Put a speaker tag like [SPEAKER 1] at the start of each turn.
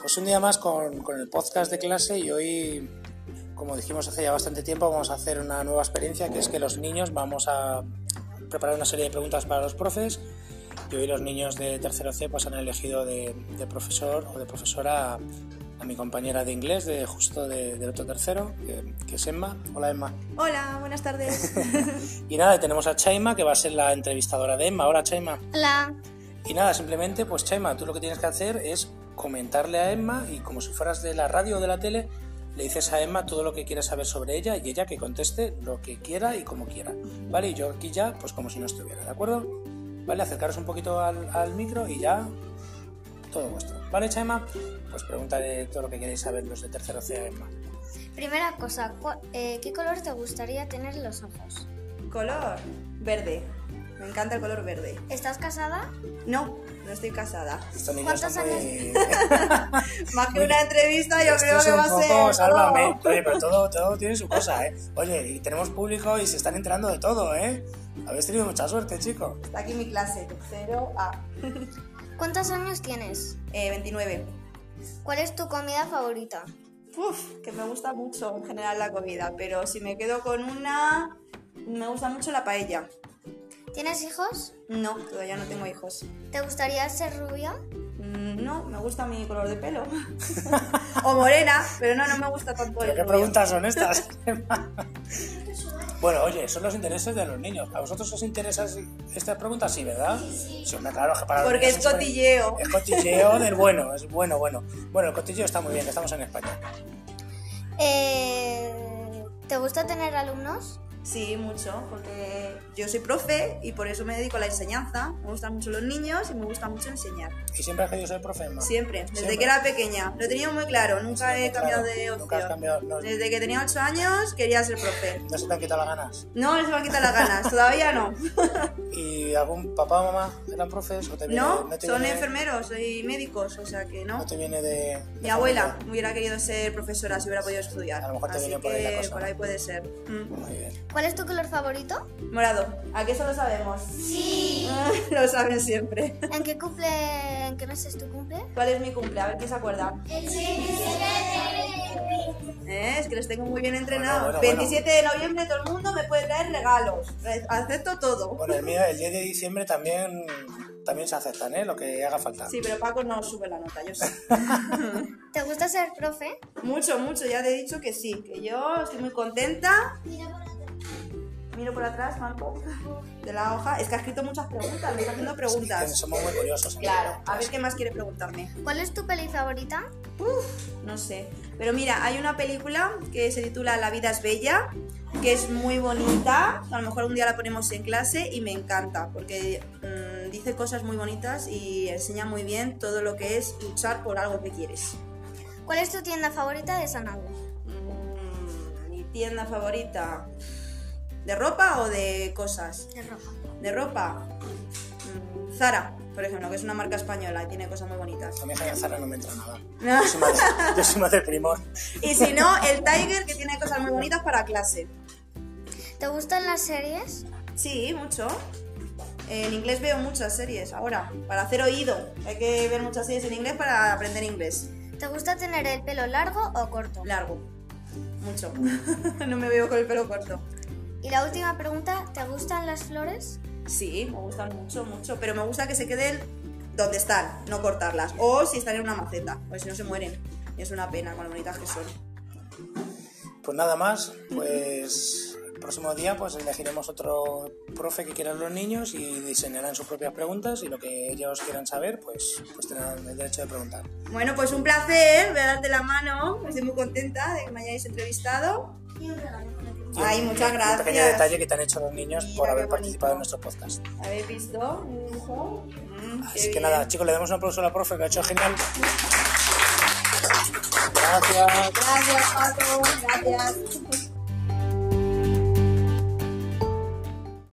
[SPEAKER 1] pues un día más con, con, el podcast de clase y hoy, como dijimos hace ya bastante tiempo, vamos a hacer una nueva experiencia que es que los niños vamos a preparar una serie de preguntas para los profes y hoy los niños de tercero C pues han elegido de, de profesor o de profesora a, a mi compañera de inglés de justo de, de otro tercero que, que, es Emma. Hola Emma.
[SPEAKER 2] Hola, buenas tardes.
[SPEAKER 1] y nada, tenemos a Chaima que va a ser la entrevistadora de Emma. Hola Chaima.
[SPEAKER 3] Hola.
[SPEAKER 1] Y nada, simplemente pues Chaima, tú lo que tienes que hacer es comentarle a Emma y como si fueras de la radio o de la tele, le dices a Emma todo lo que quieras saber sobre ella y ella que conteste lo que quiera y como quiera. ¿Vale? Y yo aquí ya, pues como si no estuviera, ¿de acuerdo? ¿Vale? Acercaros un poquito al, al micro y ya todo vuestro. ¿Vale, Chaima? Pues pregúntale todo lo que queréis saber los de tercero C a Emma.
[SPEAKER 3] Primera cosa, eh, ¿qué color te gustaría tener en los ojos?
[SPEAKER 2] Color verde. Me encanta el color verde.
[SPEAKER 3] ¿Estás casada?
[SPEAKER 2] No, no estoy casada.
[SPEAKER 3] ¿Cuántos años? Muy...
[SPEAKER 2] Más que una entrevista, yo
[SPEAKER 1] Esto
[SPEAKER 2] creo
[SPEAKER 1] es
[SPEAKER 2] que
[SPEAKER 1] un
[SPEAKER 2] va a
[SPEAKER 1] poco,
[SPEAKER 2] ser. oh,
[SPEAKER 1] Sálvame. Oye, pero todo, todo tiene su cosa, ¿eh? Oye, y tenemos público y se están enterando de todo, ¿eh? Habéis tenido mucha suerte, chico.
[SPEAKER 2] Está aquí mi clase, tercero A.
[SPEAKER 3] ¿Cuántos años tienes?
[SPEAKER 2] Eh, 29.
[SPEAKER 3] ¿Cuál es tu comida favorita?
[SPEAKER 2] Uf, que me gusta mucho en general la comida, pero si me quedo con una, me gusta mucho la paella.
[SPEAKER 3] ¿Tienes hijos?
[SPEAKER 2] No, todavía no tengo hijos.
[SPEAKER 3] ¿Te gustaría ser rubia?
[SPEAKER 2] Mm, No, me gusta mi color de pelo. o morena, pero no, no me gusta tanto
[SPEAKER 1] ¿Pero
[SPEAKER 2] el
[SPEAKER 1] qué
[SPEAKER 2] rubio.
[SPEAKER 1] preguntas son estas? bueno, oye, son los intereses de los niños. ¿A vosotros os interesa estas preguntas? Sí, ¿verdad? Sí, hombre, claro, que para los
[SPEAKER 2] Porque
[SPEAKER 1] niños
[SPEAKER 2] es cotilleo.
[SPEAKER 1] Es cotilleo del bueno, es bueno, bueno. Bueno, el cotilleo está muy bien, que estamos en España.
[SPEAKER 3] Eh, ¿Te gusta tener alumnos?
[SPEAKER 2] Sí, mucho, porque yo soy profe y por eso me dedico a la enseñanza. Me gustan mucho los niños y me gusta mucho enseñar.
[SPEAKER 1] ¿Y siempre has querido ser profe, Emma?
[SPEAKER 2] Siempre, desde
[SPEAKER 1] Ah, Siempre.
[SPEAKER 2] que era pequeña. Lo he tenido muy claro, nunca
[SPEAKER 1] Sí,
[SPEAKER 2] he cambiado
[SPEAKER 1] claro,
[SPEAKER 2] de
[SPEAKER 1] nunca has
[SPEAKER 2] opción. Eh.
[SPEAKER 1] cambiado, no.
[SPEAKER 2] Desde que tenía 8 años quería ser profe.
[SPEAKER 1] ¿No se te han quitado las ganas?
[SPEAKER 2] No, les va a quitar las ganas, todavía no.
[SPEAKER 1] ¿Y algún papá o mamá eran profes? ¿O te viene-
[SPEAKER 2] No,
[SPEAKER 1] te
[SPEAKER 2] son
[SPEAKER 1] viene-
[SPEAKER 2] enfermeros y médicos, o sea que no.
[SPEAKER 1] ¿No te viene de.?
[SPEAKER 2] Mi
[SPEAKER 1] de
[SPEAKER 2] abuela
[SPEAKER 1] familia?
[SPEAKER 2] hubiera querido ser profesora si hubiera podido estudiar.
[SPEAKER 1] A lo mejor te
[SPEAKER 2] Así
[SPEAKER 1] viene por ahí la
[SPEAKER 2] que
[SPEAKER 1] cosa,
[SPEAKER 2] por
[SPEAKER 1] ¿no?
[SPEAKER 2] ahí puede ser. Mm.
[SPEAKER 1] Muy bien.
[SPEAKER 3] ¿Cuál es tu color favorito?
[SPEAKER 2] Morado, ¿a qué eso lo sabemos? Sí. lo saben siempre.
[SPEAKER 3] ¿En qué cumple, en qué mes es tu cumple?
[SPEAKER 2] ¿Cuál es mi cumple? A ver quién se acuerda. Eh, Es que les tengo muy bien entrenados.
[SPEAKER 1] Bueno, bueno,
[SPEAKER 2] 27 de noviembre todo el mundo me puede traer regalos. Re- Acepto todo.
[SPEAKER 1] Bueno, el mío, el 10 de diciembre también, también se aceptan, ¿eh? Lo que haga falta.
[SPEAKER 2] Sí, pero Paco no sube la nota, yo sé.
[SPEAKER 3] ¿Te gusta ser profe?
[SPEAKER 2] mucho, mucho, ya te he dicho que sí, que yo estoy muy contenta. Miro por atrás, Manco, de la hoja. Es que ha escrito muchas preguntas, me está haciendo
[SPEAKER 1] Que
[SPEAKER 2] preguntas.
[SPEAKER 1] somos muy curiosos. ¿eh?
[SPEAKER 2] Claro, a ver qué más quiere preguntarme.
[SPEAKER 3] ¿Cuál es tu peli favorita?
[SPEAKER 2] No sé. Pero mira, hay una película que se titula La vida es bella, que es muy bonita. A lo mejor un día la ponemos en clase y me encanta, porque mm, dice cosas muy bonitas y enseña muy bien todo lo que es luchar por algo que quieres.
[SPEAKER 3] ¿Cuál es tu tienda favorita de San Andrés?
[SPEAKER 2] Mm, Mi tienda favorita. ¿De ropa o de cosas?
[SPEAKER 3] De ropa.
[SPEAKER 2] De ropa. Mm, Zara, por ejemplo, que es una marca española y tiene cosas muy bonitas.
[SPEAKER 1] A mí en Zara no me entra nada. Yo soy madre, yo soy madre primor.
[SPEAKER 2] y si no, el Tiger, que tiene cosas muy bonitas para clase.
[SPEAKER 3] ¿Te gustan las series?
[SPEAKER 2] Sí, mucho. En inglés veo muchas series ahora, para hacer oído. Hay que ver muchas series en inglés para aprender inglés.
[SPEAKER 3] ¿Te gusta tener el pelo largo o corto?
[SPEAKER 2] Largo. Mucho. no me veo con el pelo corto.
[SPEAKER 3] Y la última pregunta, ¿te gustan las flores?
[SPEAKER 2] Sí, me gustan mucho, mucho. Pero me gusta que se queden donde están, no cortarlas. O si están en una maceta, porque si no se mueren. Y es una pena con lo bonitas que son.
[SPEAKER 1] Pues nada más, pues el próximo día pues elegiremos otro profe que quieran los niños y diseñarán sus propias preguntas y lo que ellos quieran saber, pues, pues tendrán el derecho de preguntar.
[SPEAKER 2] Bueno, pues un placer. Voy a darte la mano. Estoy muy contenta de que me hayáis entrevistado.
[SPEAKER 1] Y
[SPEAKER 2] Ay,
[SPEAKER 1] Ah, un-
[SPEAKER 2] muchas
[SPEAKER 1] Un pequeño
[SPEAKER 2] gracias.
[SPEAKER 1] detalle que te han hecho los niños
[SPEAKER 2] Mira,
[SPEAKER 1] por
[SPEAKER 2] qué
[SPEAKER 1] haber
[SPEAKER 2] bonito.
[SPEAKER 1] participado en nuestro podcast.
[SPEAKER 2] ¿Habéis visto? Un dibujo. Mm, qué
[SPEAKER 1] Así Ah, que
[SPEAKER 2] bien.
[SPEAKER 1] nada, chicos, le damos un aplauso a la profe, que lo ha hecho genial. Gracias.
[SPEAKER 2] Gracias, Paco. Gracias.